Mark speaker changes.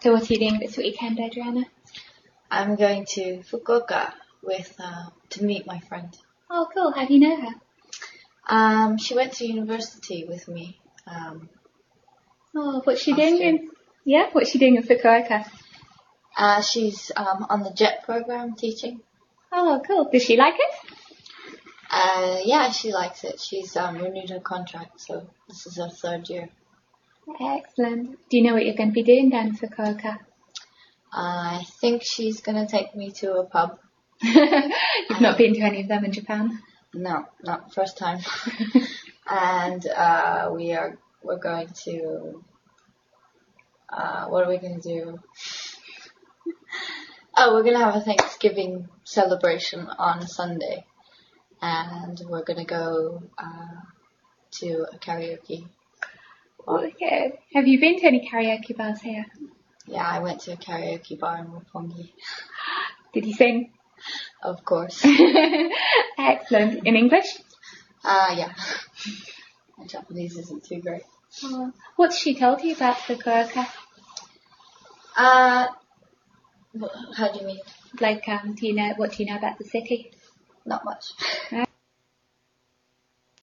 Speaker 1: So what are you doing this weekend, Adriana?
Speaker 2: I'm going to Fukuoka with uh, to meet my friend.
Speaker 1: Oh, cool. How do you know her?
Speaker 2: Um, she went to university with me. Um,
Speaker 1: Oh, what's she
Speaker 2: Austin.
Speaker 1: doing in? Yeah, what's she doing in Fukuoka?
Speaker 2: uh, she's um, on the JET program teaching.
Speaker 1: Oh, cool. Does she like it?
Speaker 2: Uh, yeah, she likes it. She's um, renewed her contract, so this is her third year.
Speaker 1: Excellent. Do you know what you're going to be doing down in Fukuoka?
Speaker 2: Uh, I think she's gonna take me to a pub.
Speaker 1: You've not been to any of them in Japan.
Speaker 2: No, not first time. and uh, we are we're going to. Uh, what are we gonna do? Oh, we're gonna have a Thanksgiving celebration on Sunday, and we're gonna go uh, to a karaoke.
Speaker 1: Oh, yeah. Have you been to any karaoke bars here?
Speaker 2: Yeah, I went to a karaoke bar in Roppongi,
Speaker 1: Did you sing?
Speaker 2: of course.
Speaker 1: Excellent. In English?
Speaker 2: Uh, yeah. My Japanese isn't too great.
Speaker 1: Oh. What's she told you about Fukuoka?
Speaker 2: Uh, wh- how do you mean?
Speaker 1: Like, um, do you know what do you know about the city?
Speaker 2: Not much.